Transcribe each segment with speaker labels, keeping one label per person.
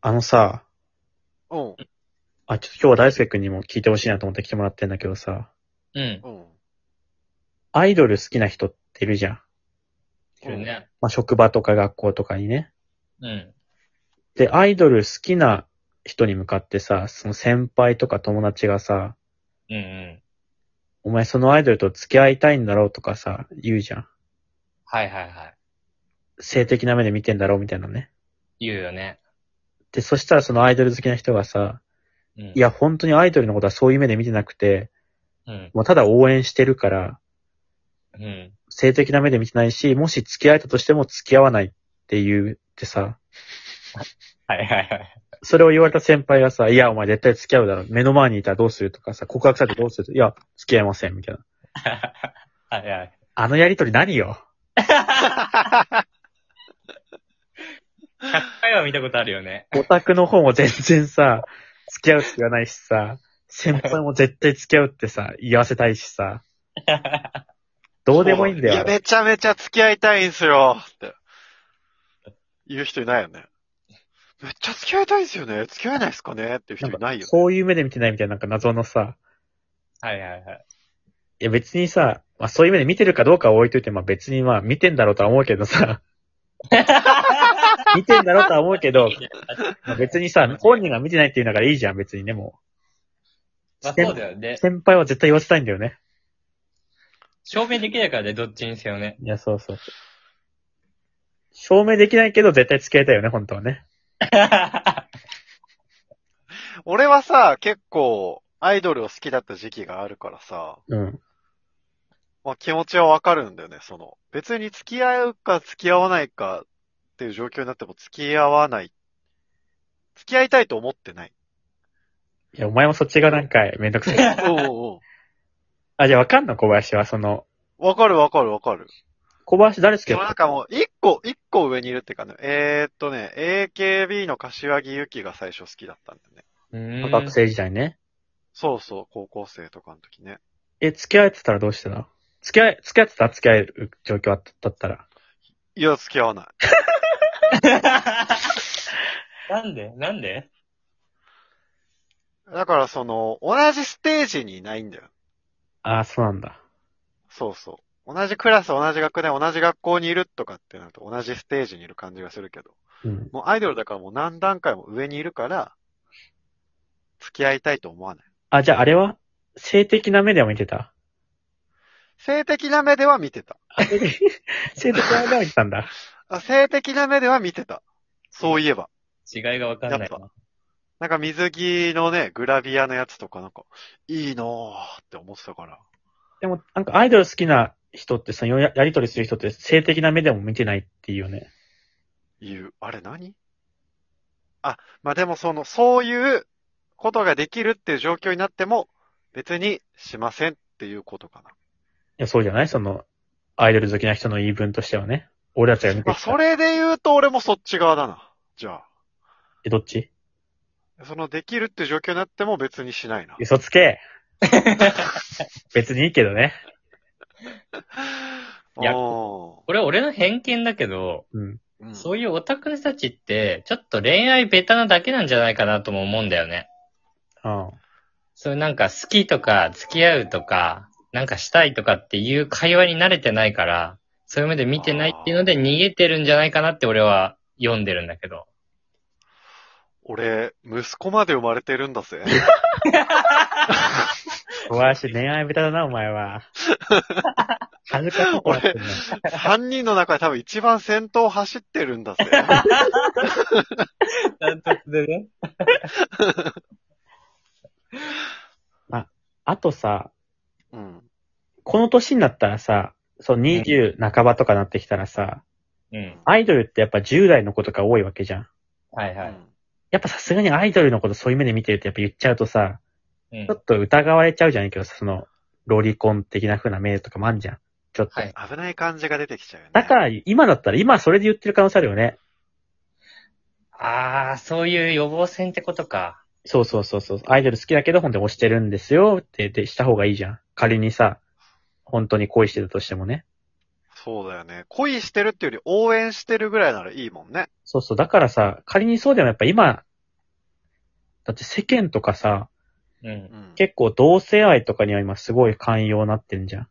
Speaker 1: あのさ、
Speaker 2: うん。
Speaker 1: あ、ちょっと今日は大輔くんにも聞いてほしいなと思って来てもらってんだけどさ、
Speaker 3: うん。
Speaker 2: うん。
Speaker 1: アイドル好きな人っているじゃん。
Speaker 3: いるね。
Speaker 1: まあ、職場とか学校とかにね。
Speaker 3: うん。
Speaker 1: で、アイドル好きな人に向かってさ、その先輩とか友達がさ、
Speaker 3: うんうん。
Speaker 1: お前そのアイドルと付き合いたいんだろうとかさ、言うじゃん。
Speaker 3: はいはいはい。
Speaker 1: 性的な目で見てんだろうみたいなね。
Speaker 3: 言うよね。
Speaker 1: で、そしたらそのアイドル好きな人がさ、
Speaker 3: うん。
Speaker 1: いや、本当にアイドルのことはそういう目で見てなくて、
Speaker 3: うん。
Speaker 1: もうただ応援してるから、
Speaker 3: うん。
Speaker 1: 性的な目で見てないし、もし付き合えたとしても付き合わないって言うってさ、
Speaker 3: はいはいはい。
Speaker 1: それを言われた先輩がさ、いや、お前絶対付き合うだろ。目の前にいたらどうするとかさ、告白されてどうするいや、付き合いません、みたいな。
Speaker 3: はいはい。
Speaker 1: あのやりとり何よ
Speaker 3: 100回は見たことあるよね。
Speaker 1: オタクの方も全然さ、付き合うって言わないしさ、先輩も絶対付き合うってさ、言わせたいしさ、 どうでもいいんだ
Speaker 2: いや、
Speaker 1: よ。
Speaker 2: めちゃめちゃ付き合いたいんすよって。言う人いないよね。めっちゃ付き合いたいんすよね付き合えないっすかねっていう
Speaker 1: な
Speaker 2: 人
Speaker 1: ん
Speaker 2: い
Speaker 1: か
Speaker 2: ないよね。
Speaker 1: そういう目で見てないみたいななんか謎のさ、
Speaker 3: はいはいはい。
Speaker 1: いや別にさ、まあそういう目で見てるかどうかは置いといて、まあ別にまあ見てんだろうとは思うけどさ、見てんだろうとは思うけど、まあ別にさ、本人が見てないっていうのからいいじゃん、別にね、も
Speaker 3: まあそうだよね
Speaker 1: う。。先輩は絶対言わせたいんだよね。
Speaker 3: 証明できないからね、どっちにせよ ね。
Speaker 1: いや、そうそう。証明できないけど絶対付き合いたいよね、本当はね。
Speaker 2: 俺はさ、結構、アイドルを好きだった時期があるからさ、
Speaker 1: うん。
Speaker 2: まあ、気持ちはわかるんだよね、その。別に付き合うか付き合わないかっていう状況になっても付き合わない。付き合いたいと思ってない。
Speaker 1: いや、お前もそっちがなんかめんどくさい。
Speaker 2: おうおう
Speaker 1: あ、じゃあわかんの小林は、その、
Speaker 2: おうわかるわかるわかる。
Speaker 1: 小林誰好き
Speaker 2: そ
Speaker 1: だ
Speaker 2: のな
Speaker 1: っ
Speaker 2: んかもう、一個、一個上にいるってかね、えー、っとね、AKB の柏木由紀が最初好きだったんだよね。
Speaker 3: う
Speaker 1: た
Speaker 3: ん
Speaker 1: 学生時代ね。
Speaker 2: そうそう、高校生とかの時ね。
Speaker 1: え、付き合えてたらどうしてた付き合え、付き合ってた付き合える状況だったら。
Speaker 2: いや、付き合わない。
Speaker 3: なんでなんで
Speaker 2: だからその、同じステージにいないんだよ。
Speaker 1: ああ、そうなんだ。
Speaker 2: そうそう。同じクラス、同じ学年、同じ学校にいるとかってなると同じステージにいる感じがするけど。
Speaker 1: うん。
Speaker 2: もうアイドルだからもう何段階も上にいるから、付き合いたいと思わない。
Speaker 1: あ、じゃああれは性的な目では見てた
Speaker 2: 性的な目では見てた。
Speaker 1: 性的な目では見てたんだ。
Speaker 2: あ性的な目では見てた。そういえば。
Speaker 3: 違いがわかんないな。
Speaker 2: なんか水着のね、グラビアのやつとかなんか、いいなぁって思ってたから。
Speaker 1: でも、なんかアイドル好きな人ってさ、ややりとりする人って性的な目でも見てないっていうよね。
Speaker 2: いう、あれ何あ、まあ、でもその、そういうことができるっていう状況になっても、別にしませんっていうことかな。
Speaker 1: いや、そうじゃないその、アイドル好きな人の言い分としてはね。俺たちが見て
Speaker 2: まあ、
Speaker 1: きた。
Speaker 2: それで言うと俺もそっち側だな。じゃ
Speaker 1: え、どっち
Speaker 2: あ。その、できるっていう状況になっても別にしないな。
Speaker 1: 嘘つけ別にいいけどね。
Speaker 3: いや
Speaker 2: お
Speaker 3: これ俺の偏見だけど、
Speaker 1: うん。
Speaker 2: ーうん
Speaker 3: そういうオタクの人たちって、ちょっと恋愛ベタなだけなんじゃないかなとも思うんだよね。
Speaker 1: ああ
Speaker 3: そういうなんか好きとか付き合うとか、なんかしたいとかっていう会話に慣れてないから、そういう目で見てないっていうので逃げてるんじゃないかなって俺は読んでるんだけど。
Speaker 2: 俺、息子まで生まれてるんだ ぜ。
Speaker 1: 小林、恋愛下手だな、お前は。恥ずかしいことやってんな。
Speaker 2: 三人の中で多分一番先頭走ってるん だぜ。
Speaker 3: 断トツでね。
Speaker 1: あとさ、
Speaker 2: うん。
Speaker 1: この年になったらさ、そう、20半ばとかなってきたらさ、
Speaker 3: うん。
Speaker 1: アイドルってやっぱ10代の子とか多いわけじゃん。
Speaker 3: はいは
Speaker 2: う
Speaker 3: い。
Speaker 2: ん
Speaker 1: やっぱさすがにアイドルのことそういう目で見てるってやっぱ言っちゃうとさ、
Speaker 3: うん
Speaker 1: ちょ。っと疑われちゃうじゃないけどさ、その、ロリコン的な風な目とかもあんじゃん。ちょっと。
Speaker 3: はい。
Speaker 2: 危ない感じが出てきちゃうよね。
Speaker 1: だから、今だったら、今それで言ってる可能性あるよね。
Speaker 3: あー、そういう予防線ってことか。
Speaker 1: そうそうそうそう。アイドル好きだけど、本当に推してるんですよって、で、した方がいいじゃん。仮にさ、本当に恋してたとしてもね。
Speaker 2: そうだよね。恋してるっていうより応援してるぐらいならいいもんね。
Speaker 1: そうそう。だからさ、仮にそうでもやっぱ今だって世間とかさ、
Speaker 3: うん。
Speaker 2: うん。
Speaker 1: 結構同性愛とかには今すごい寛容なってんじゃん。
Speaker 3: う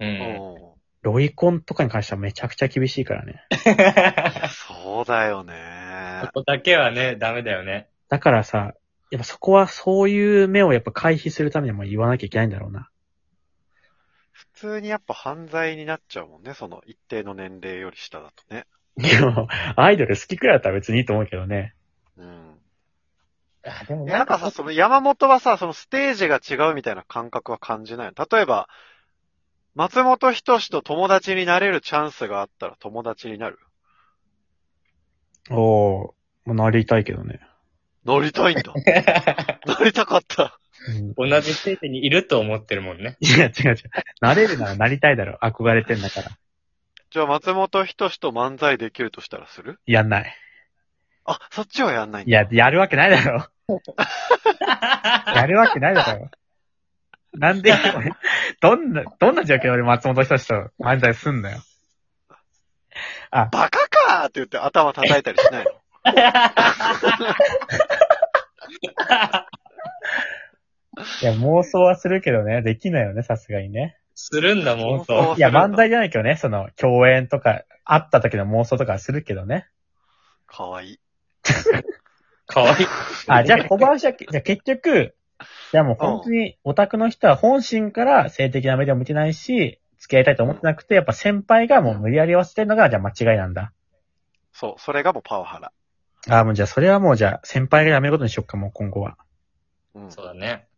Speaker 2: 構
Speaker 3: ん。
Speaker 1: ロイコンとかに関してはめちゃくちゃ厳しいからね。
Speaker 2: そうだよね
Speaker 3: そ。こだけはね、ダメだよね。
Speaker 1: だからさ、やっぱそこはそういう目をやっぱ回避するためにも言わなきゃいけないんだろうな。
Speaker 2: 普通にやっぱ犯罪になっちゃうもんね、その一定の年齢より下だとね。
Speaker 1: でも、アイドル好きくらいだったら別にいいと思うけどね。
Speaker 2: うん。
Speaker 3: あ、でも
Speaker 2: いやなんかさ、その山本はさ、そのステージが違うみたいな感覚は感じないの。例えば、松本人志と友達になれるチャンスがあったら友達になる
Speaker 1: おお、もうなりたいけどね。
Speaker 2: なりたいんだ。なりたかった。
Speaker 1: うん
Speaker 3: 同じステージにいると思ってるもんね。
Speaker 1: いや、違う違う。なれるならなりたいだろ。憧れてんだから。
Speaker 2: じゃあ松本人志と漫才できるとしたらする
Speaker 1: やんない。
Speaker 2: あ、そっちはやんないん
Speaker 1: い
Speaker 2: だ。
Speaker 1: や、やるわけないだろ。やるわけないだろ。なんで、俺どんな、どんな状況で俺松本人志と漫才すんのよ。
Speaker 2: バカかーって言って頭叩いたりし ないの
Speaker 1: いや、妄想はするけどね、できないよね、さすがにね。
Speaker 3: するんだもん、そう。
Speaker 1: いや、
Speaker 2: するん
Speaker 1: 漫
Speaker 2: だ
Speaker 1: 才じゃないけどね、その、共演とか、会った時の妄想とかはするけどね。
Speaker 2: かわいい。
Speaker 3: かわいい。
Speaker 1: あ、じゃあ小林は、じゃあ結局、じゃあもう本当に、オタクの人は本心から性的な目でも見てないし、付き合いたいと思ってなくて、やっぱ先輩がもう無理やりをしてるのが、じゃあ間違いなんだ。
Speaker 2: そう、それがもうパワハラ。
Speaker 1: あ、もうじゃあそれはもうじゃあ、先輩がやめることにしよっか、もう今後は。
Speaker 2: うん。
Speaker 3: そうだね。